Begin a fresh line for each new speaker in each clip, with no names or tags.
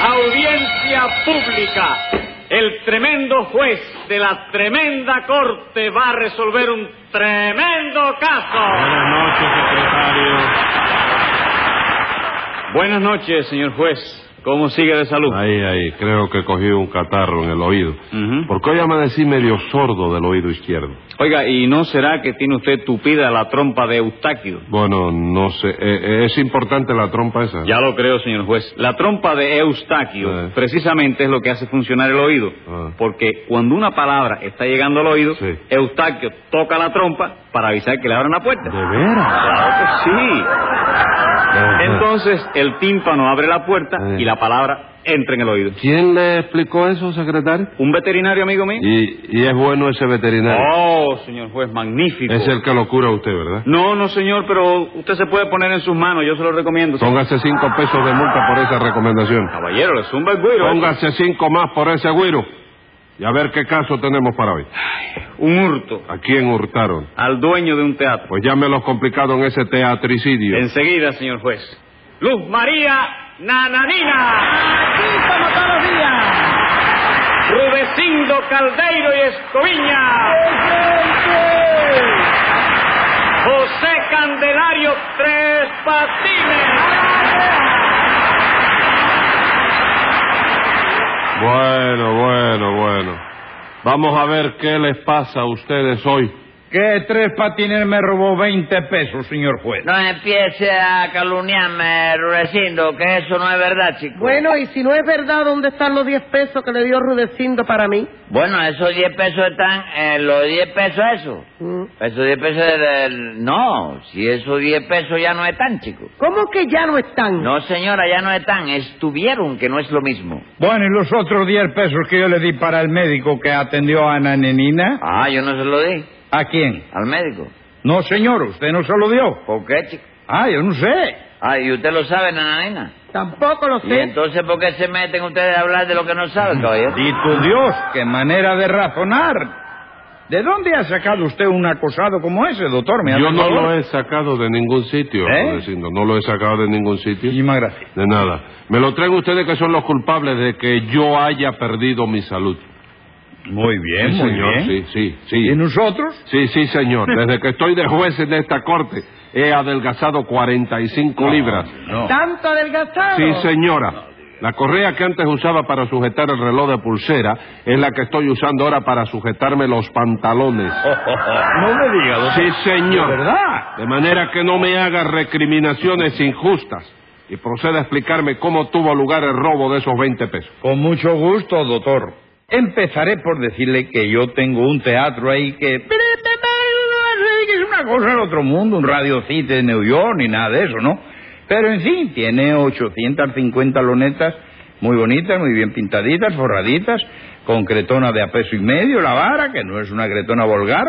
Audiencia pública. El tremendo juez de la tremenda corte va a resolver un tremendo caso.
Buenas noches, secretario.
Buenas noches, señor juez. ¿Cómo sigue de salud?
Ahí, ahí, creo que he cogido un catarro en el oído.
Ujú.
Porque hoy amanecí medio sordo del oído izquierdo.
Oiga, ¿y no será que tiene usted tupida la trompa de Eustaquio?
Bueno, no sé, eh, eh, ¿es importante la trompa esa?
Ya lo creo, señor juez. La trompa de Eustaquio
Eh.
precisamente es lo que hace funcionar el oído.
Ah.
Porque cuando una palabra está llegando al oído,
Sí.
Eustaquio toca la trompa para avisar que le abran la puerta.
¿De veras?
Claro que sí.
Ajá.
Entonces el tímpano abre la puerta
Eh.
y la palabra entra en el oído.
¿Quién le explicó eso, secretario?
¿Un veterinario, amigo mío?
Y, y es bueno ese veterinario.
Oh, señor juez, magnífico.
es el que lo cura a usted, ¿verdad?
No, no, señor, pero usted se puede poner en sus manos, yo se lo recomiendo.
Póngase cinco pesos de multa por esa recomendación.
Caballero, le zumba el güiro.
Póngase cinco más por ese güiro. Y a ver qué caso tenemos para hoy.
¿eh? Un hurto
¿A quién hurtaron?
al dueño de un teatro.
Pues llámelo complicado en ese teatricidio.
Enseguida, señor juez. Luz María Nananina. como todos los días. Rudecindo Caldeiro y Escoviña. José Candelario Tres Patines.
Bueno, bueno, bueno. Vamos a ver qué les pasa a ustedes hoy.
Que Tres Patines me robó 20 pesos, señor juez.
No empiece a calumniarme, Rudecindo, que eso no es verdad, chico.
Bueno, y si no es verdad, ¿dónde están los 10 pesos que le dio Rudecindo para mí?
Bueno, esos 10 pesos están, eh, los 10 pesos eso.
Mm.
Esos 10 pesos, del- del- no, si esos 10 pesos ya no están, chico.
¿Cómo que ya no están?
No, señora, ya no están, estuvieron, que no es lo mismo.
Bueno, ¿y los otros 10 pesos que yo le di para el médico que atendió a Ana Nenina?
Ah, yo no se lo di
¿A quién?
al médico.
No, señor, usted no se lo dio.
¿Por qué, chico?
Ah, yo no sé.
Ah, y usted lo sabe, nananina.
Tampoco lo
¿Y
sé.
entonces por qué se meten ustedes a hablar de lo que no saben, caballero?
Y tu Dios, qué manera de razonar. ¿De dónde ha sacado usted un acosado como ese, doctor? ¿Me hace
Yo no
favor?
lo he sacado de ningún sitio,
¿Eh?
Rudecindo. No lo he sacado de ningún sitio.
Muchísimas gracias.
De nada. Me lo traigo ustedes que son los culpables de que yo haya perdido mi salud.
Muy bien,
Sí,
¿Eh? muy
señor,
bien.
Sí, sí, sí.
¿Y nosotros?
Sí, sí, señor. Desde que estoy de juez en esta corte he adelgazado
Ah.
45 libras.
No.
¿Tanto adelgazado?
Sí, señora. La correa que antes usaba para sujetar el reloj de pulsera es la que estoy usando ahora para sujetarme los pantalones.
No me diga, doctor.
Sí, señor.
¿De verdad?
De manera que no me haga recriminaciones injustas y proceda a explicarme cómo tuvo lugar el robo de esos 20 pesos.
Con mucho gusto, doctor. Empezaré por decirle que yo tengo un teatro ahí que... que Es una cosa del otro mundo, un radiocite de New York ni nada de eso, ¿no? Pero en fin, tiene 850 lonetas muy bonitas, muy bien pintaditas, forraditas, con cretona de a peso y medio la vara, que no es una cretona vulgar.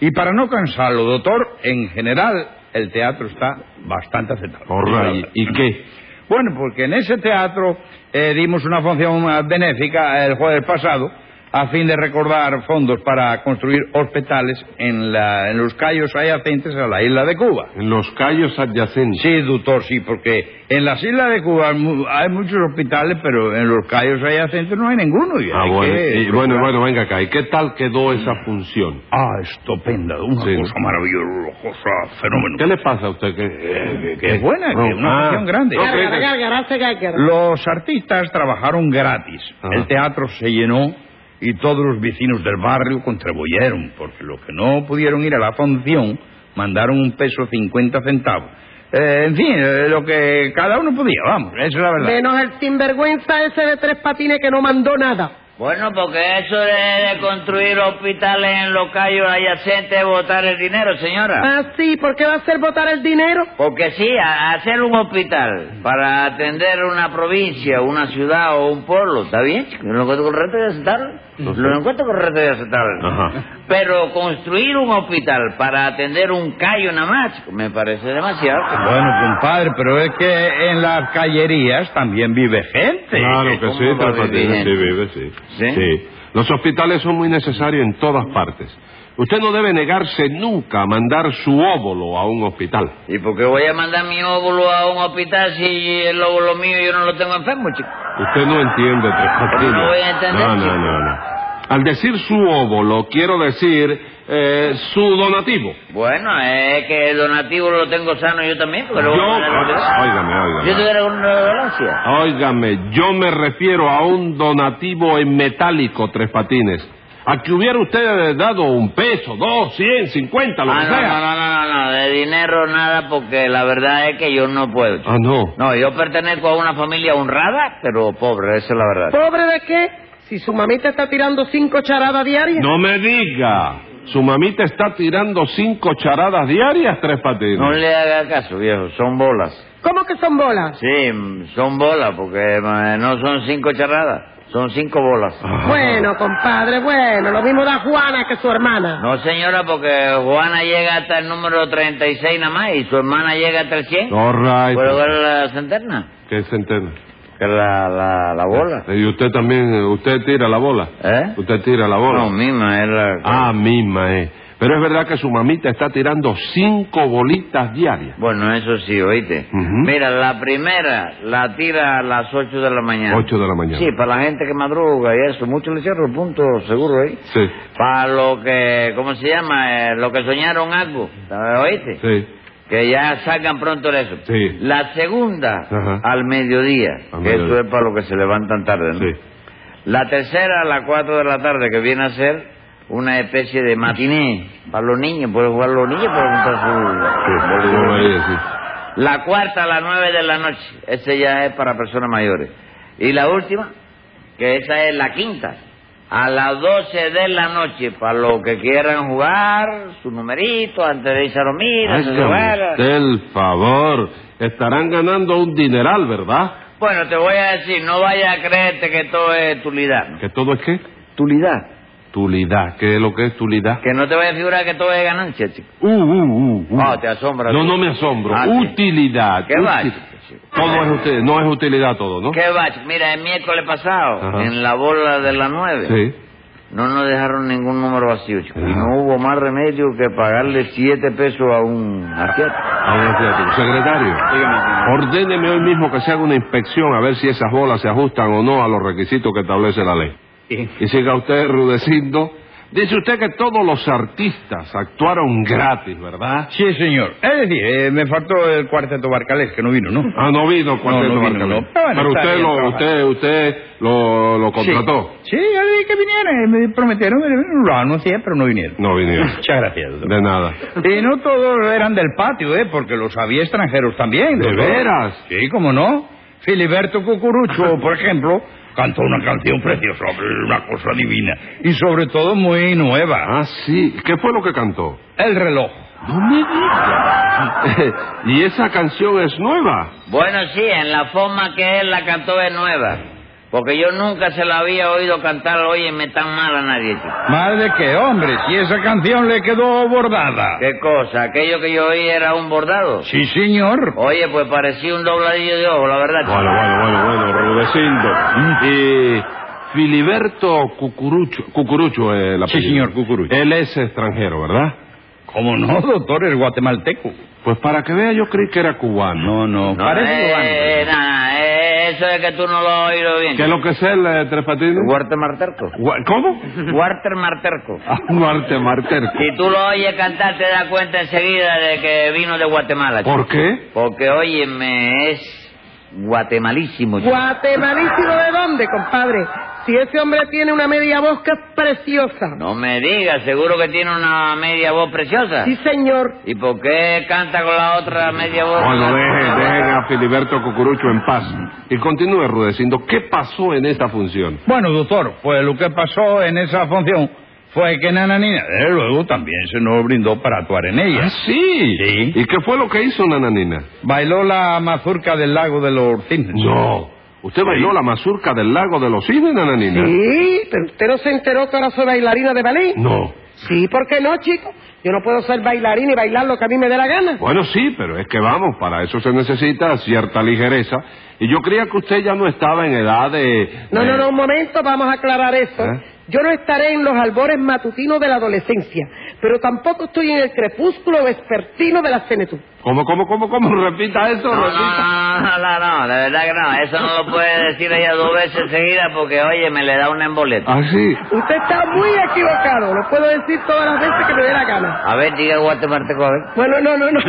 Y para no cansarlo, doctor, en general el teatro está bastante aceptable.
Corra, ¿y- y qué?
Bueno, porque en ese teatro eh, dimos una función eh, benéfica el jueves pasado a fin de recordar fondos para construir hospitales en, la- en los callos adyacentes a la isla de Cuba.
En los callos adyacentes.
Sí, doctor, sí, porque en las islas de Cuba mu- hay muchos hospitales, pero en los callos adyacentes no hay ninguno. y
Ah,
hay
bueno.
que
Y bueno,
procurar.
bueno, venga acá. ¿Y qué tal quedó esa función?
Ah, estupenda, una
Sí.
cosa maravillosa, cosa fenómeno.
¿Qué le pasa a usted? que-
Eh, que- que es buena, que es
Ah.
una función grande.
No,
Gárgara,
que-
gárgara, hace gárgara.
Los artistas trabajaron gratis.
Ajá.
El teatro se llenó y todos los vecinos del barrio contribuyeron, porque los que no pudieron ir a la función mandaron un peso cincuenta centavos. Eh, en fin, eh, lo que cada uno podía, vamos, esa es la verdad.
Menos el sinvergüenza ese de Tres Patines que no mandó nada.
Bueno, porque eso de, de construir hospitales en los callos adyacentes es botar el dinero, señora.
Ah, sí, ¿por qué va a hacer votar el dinero?
Porque sí, a- hacer un hospital para atender una provincia, una ciudad o un pueblo, ¿está bien? chico? Yo lo encuentro correcto y aceptable. Lo encuentro correcto y aceptable.
Ajá.
Pero construir un hospital para atender un callo nada más, chico, me parece demasiado.
Bueno, compadre, pero es que en las callerías también vive gente.
Ah.
Claro que
¿cómo
sí,
va a
Tres Patines,
vivir
sí,
gente?
vive, sí.
¿Sí?
Sí. Los hospitales son muy necesarios en todas partes. Usted no debe negarse nunca a mandar su óvulo a un hospital.
¿Y por qué voy a mandar mi óvulo a un hospital si el óvulo mío yo no lo tengo enfermo, chico?
Usted no entiende, Tres Patines.
no voy a entender,
No, no,
chico?
no, no. Al decir su óvulo, quiero decir eh, su donativo.
Bueno, es que el donativo lo tengo sano yo también, porque
Yo,
luego... me lo dejo.
óigame,
Yo
óigame.
tuviera una
Ah,
ganancia.
Óigame, yo me refiero a un donativo en metálico, Tres Patines. A que hubiera usted dado un peso, dos, cien, cincuenta, lo
Ah,
que
no,
sea.
no, no, no, no, no, de dinero nada, porque la verdad es que yo no puedo. chico.
Ah, no.
No, yo pertenezco a una familia honrada, pero pobre, esa es la verdad.
¿Pobre de qué? Si su mamita está tirando cinco charadas diarias.
No me diga. Su mamita está tirando cinco charadas diarias, Tres Patines.
No le haga caso, viejo, son bolas.
¿Cómo que son bolas?
Sí, mm, son bolas, porque eh, no son cinco charradas, son cinco bolas.
Ah.
Bueno, compadre, bueno, lo mismo da Juana que su hermana.
No, señora, porque Juana llega hasta el número 36 nada más y su hermana llega hasta el 100.
All right.
¿Puedo ver la centena?
¿Qué se entiende?
Que la, la, la bola.
Y usted también, eh, usted tira la bola.
¿Eh?
Usted tira la bola.
No, misma es la...
Ah, misma, eh. Pero es verdad que su mamita está tirando cinco bolitas diarias.
Bueno, eso sí, oíste.
Ujú.
Mira, la primera la tira a las 8 de la mañana.
Ocho de la mañana.
Sí, para la gente que madruga y eso. Mucho le cierro el punto, seguro, ¿eh?
Sí,
Para lo que, ¿cómo se llama? Eh, lo que soñaron algo, ¿oíste?
sí.
Que ya salgan pronto de eso.
Sí.
La segunda,
Ajá.
al mediodía,
Al
que
mediodía.
eso es para los que se levantan tarde, ¿no?
Sí.
La tercera, a las cuatro de la tarde, que viene a ser una especie de matiné para los niños, pueden jugar los niños, pueden montar
Sí, yo
su...
lo haría, sí.
La cuarta, a las nueve de la noche, ese ya es para personas mayores. Y la última, que esa es la quinta, a las doce de la noche, para los que quieran jugar, su numerito, antes de irse a dormir, a su
Hágame
hogar.
usted el favor. Estarán ganando un dineral, ¿verdad?
Bueno, te voy a decir, no vayas a creerte que todo es tulidad. ¿no?
¿Que todo es qué?
¿Tulidad?
Tulidad. ¿Qué es lo que es tulidad?
Que no te vayas a figurar que todo es ganancia, chico.
Uh, uh, uh, uh.
Ah, te asombra.
No,
tú.
no me asombro.
Ah, sí.
utilidad.
¿Qué
uti-
va, chico?
Todo es utilidad, no es utilidad todo, ¿no?
¿Qué va? chico? Mira, el miércoles pasado,
Ajá.
en la bola de las nueve,
Sí.
no nos dejaron ningún número vacío, chico. Y
Ajá.
no hubo más remedio que pagarle siete pesos a un asiático.
A un asiático. Ah, Secretario, ordéneme hoy mismo que se haga una inspección a ver si esas bolas se ajustan o no a los requisitos que establece la ley. Y siga usted rudeciendo. Dice usted que todos los artistas actuaron gratis, ¿verdad?
Sí, señor. Es decir, eh, me faltó el cuarteto barcalés, que no vino, ¿no?
Ah, no vino el cuarteto
No, no vino,
Barcalés.
no. Pero bueno,
Pero
está
usted
bien
lo,
trabajando.
usted, usted lo, lo contrató.
Sí, sí, yo le dije que vinieran, eh, me prometieron, eh, lo anuncié, pero no vinieron.
No vinieron.
Muchas gracias, doctor.
De nada.
Y no todos eran del patio, ¿eh? Porque los había extranjeros también.
¿De
doctor.
veras?
Sí, cómo no. Filiberto Cucurucho, por ejemplo, cantó una canción preciosa, una cosa divina. Y sobre todo muy nueva.
Ah, sí. ¿Qué fue lo que cantó?
El reloj.
No me diga. y esa canción es nueva.
Bueno, sí, en la forma que él la cantó es nueva. Porque yo nunca se la había oído cantar, óyeme, tan mal a nadie, chico.
Madre que hombre, si esa canción le quedó bordada.
¿Qué cosa? Aquello que yo oí era un bordado.
Sí, señor.
Oye, pues parecía un dobladillo de ojo, la verdad. chico.
Bueno, bueno, bueno, bueno, Rudecindo. Eh, Filiberto Cucurucho, Cucurucho eh, la
Sí, señor, Cucurucho.
Él es extranjero, ¿verdad?
¿Cómo no, doctor? Es guatemalteco.
Pues para que vea, yo creí que era cubano.
No, no,
No,
parece
eh,
cubano.
eh, nada, eh, eso es que tú no lo has oído bien.
¿Qué es lo que es el eh, Tres Patines?
Walter Marterco.
Gua- ¿Cómo?
Walter Marterco.
Ah, Duarte Marterco.
Si tú lo oyes cantar, te das cuenta enseguida de que vino de Guatemala. chico.
¿Por qué?
Porque, óyeme, es guatemalísimo. chico.
Guatemalísimo de dónde, compadre. Si ese hombre tiene una media voz que es preciosa.
No me digas, seguro que tiene una media voz preciosa.
Sí, señor.
¿Y por qué canta con la otra media voz?
Bueno, dejen, dejen a Filiberto Cucurucho en paz. Y continúe, Rudecindo. ¿Qué pasó en esta función?
Bueno, doctor, pues lo que pasó en esa función fue que Nananina, desde luego, también se nos brindó para actuar en
Ah,
ella.
sí.
Ah, Sí.
¿Y qué fue lo que hizo Nananina?
Bailó la mazurca del lago de los cisnes.
¿Usted bailó la mazurca del lago de los cines, Nananina?
Sí, pero usted no se enteró que ahora soy bailarina de ballet.
No.
Sí, ¿por qué no, chico? Yo no puedo ser bailarina y bailar lo que a mí me dé la gana.
Bueno, sí, pero es que vamos, para eso se necesita cierta ligereza. Y yo creía que usted ya no estaba en edad de...
No,
de-
no, no, un momento, vamos a aclarar eso.
¿Eh?
Yo no estaré en los albores matutinos de la adolescencia, pero tampoco estoy en el crepúsculo vespertino de la senectud.
¿Cómo, cómo, cómo, cómo? Repita eso,
No, no,
repita.
no, no, no, de verdad que no. Eso no lo puede decir ella dos veces seguidas porque, oye, me le da una emboleta.
Así.
Usted está muy equivocado, lo puedo decir todas las veces que me dé la gana.
A ver, diga guatemalteco, a ver.
Bueno, no, no, no.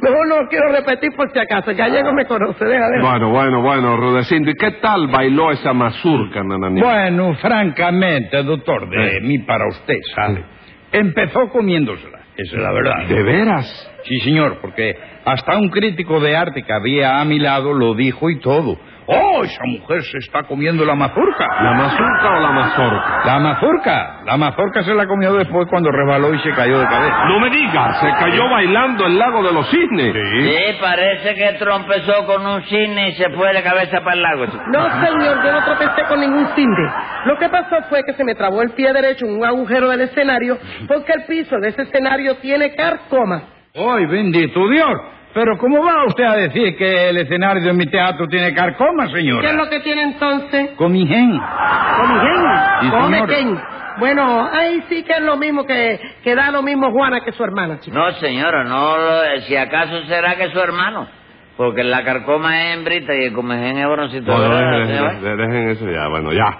Mejor no quiero repetir por si acaso. El gallego me conoce, deja de.
Bueno, bueno, bueno, Rudecindo. ¿Y qué tal bailó esa mazurca, Nananina?
Bueno, francamente, doctor, de
Eh.
mí para usted, ¿sabe? Empezó comiéndosela, esa es la verdad.
¿De veras?
Sí, señor, porque hasta un crítico de arte que había a mi lado lo dijo y todo. ¡Oh, esa mujer se está comiendo la mazurca!
¿La mazurca o la mazorca?
La mazurca, la mazurca se la comió después cuando resbaló y se cayó de cabeza.
No me digas, se cayó bailando el lago de los cisnes.
Sí, parece que trompezó con un cine y se fue de cabeza para el lago. chico.
No, señor, yo no tropecé con ningún cinde. Lo que pasó fue que se me trabó el pie derecho en un agujero del escenario porque el piso de ese escenario tiene carcoma.
¡Ay, bendito Dios! Pero ¿cómo va usted a decir que el escenario de mi teatro tiene carcoma,
¿Qué
señora?
es lo que tiene entonces?
Comijén.
¿Cómo
Sí,
quién?
señor.
Bueno, ahí sí que es lo mismo que, que da lo mismo Juana que su hermana, chico.
No, señora, no lo- si acaso será que es su hermano. Porque la carcoma es hembrita y el comején es broncito.
Bueno, eh,
¿verdad,
dejen,
señora?
dejen- dejen eso ya, bueno, ya.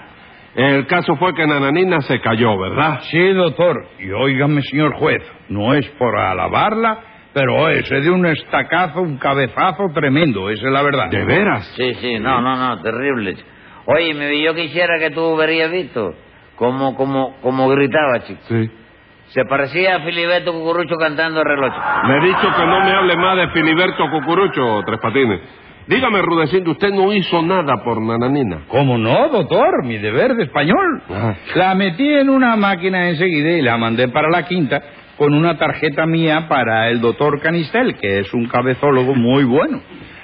El caso fue que Nananina se cayó, ¿verdad?
Sí, doctor. Y óigame, señor juez, no es por alabarla, pero eh, se dio un estacazo, un cabezazo tremendo, esa es la verdad.
¿De veras?
Sí, sí, no, no, no, terrible. chico. Oye, mi- yo quisiera que tú hubieras visto como, como, como gritaba, chico.
Sí.
Se parecía a Filiberto Cucurucho cantando el reloj. chico.
Le he dicho que no me hable más de Filiberto Cucurucho, Tres Patines. Dígame, Rudecindo, usted no hizo nada por Nananina.
¿Cómo no, doctor? Mi deber de español.
Ah.
La metí en una máquina enseguida y la mandé para la quinta con una tarjeta mía para el doctor Canistel, que es un cabezólogo muy bueno,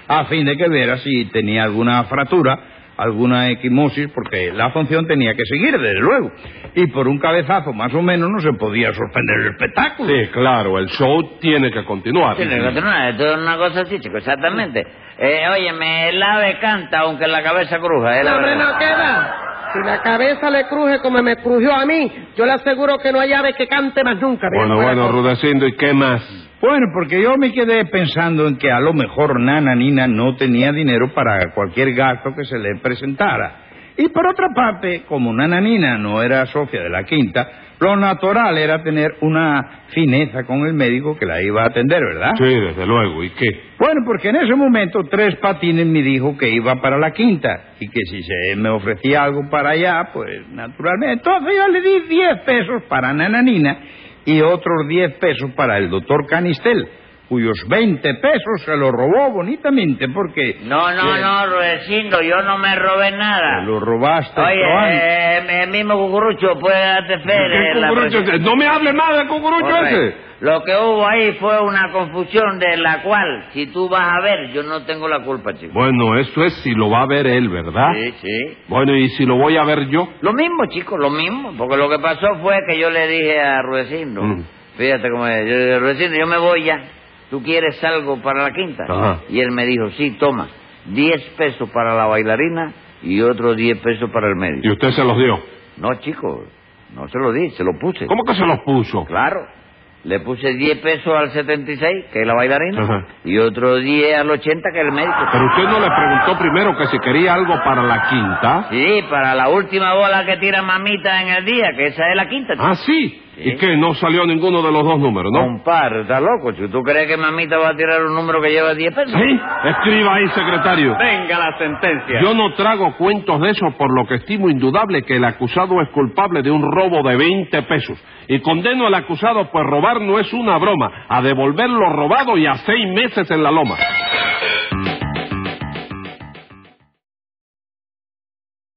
a fin de que viera si tenía alguna fractura, alguna equimosis, porque la función tenía que seguir, desde luego. Y por un cabezazo más o menos no se podía suspender el espectáculo.
Sí, claro, el show tiene que continuar.
Sí, le digo, no, esto es una cosa así, chico, exactamente. Eh, óyeme, el ave canta aunque la cabeza cruja, ¿eh? La
No, hombre,
verdad.
no queda. Si la cabeza le cruje como me crujió a mí, yo le aseguro que no hay ave que cante más nunca. mira,
Bueno,
fuera
bueno,
cosa.
Rudecindo, ¿y qué más?
Bueno, porque yo me quedé pensando en que a lo mejor Nana Nina no tenía dinero para cualquier gasto que se le presentara. Y por otra parte, como Nana Nina no era socia de la quinta, lo natural era tener una fineza con el médico que la iba a atender, ¿verdad?
Sí, desde luego, ¿y qué?
Bueno, porque en ese momento Tres Patines me dijo que iba para la quinta y que si se me ofrecía algo para allá, pues naturalmente. Entonces yo le di 10 pesos para Nananina y otros 10 pesos para el doctor Canistel, cuyos 20 pesos se los robó bonitamente porque...
No, no,
Eh,
no, Rudecindo, yo no me robé
te
nada.
Lo robaste. Joan.
Oye, eh, el mismo cucurucho puede darte fe. de
¿Qué
la
cucurucho
presión.
ese? No me hable más del cucurucho
Correcto.
ese.
Lo que hubo ahí fue una confusión de la cual, si tú vas a ver, yo no tengo la culpa, chico.
Bueno, eso es si lo va a ver él, ¿verdad?
Sí, sí.
Bueno, ¿y si lo voy a ver yo?
Lo mismo, chico, lo mismo. Porque lo que pasó fue que yo le dije a Rudecindo,
Mm.
fíjate cómo es, yo le dije, Rudecindo, yo me voy ya. ¿Tú quieres algo para la quinta?
Ajá.
Y él me dijo, sí, toma, 10 pesos para la bailarina y otros 10 pesos para el médico.
Y usted se los dio.
No, chico, no se lo di, se lo puse.
¿Cómo que se los puso?
Claro. Le puse 10 pesos al 76, que es la bailarina,
Ajá. Ah.
y otro 10 al 80, que es el médico.
Pero usted no le preguntó primero que si quería algo para la quinta.
Sí, para la última bola que tira mamita en el día, que esa es la quinta. chico.
Ah, sí.
Sí.
¿Y que No salió ninguno de los dos números, ¿no?
Compadre, está loco. chico. ¿Tú crees que mamita va a tirar un número que lleva 10 pesos?
Sí. Escriba ahí, secretario.
Venga la sentencia.
Yo no trago cuentos de esos, por lo que estimo indudable que el acusado es culpable de un robo de 20 pesos. Y condeno al acusado, pues robar no es una broma, a devolver lo robado y a seis meses en la loma.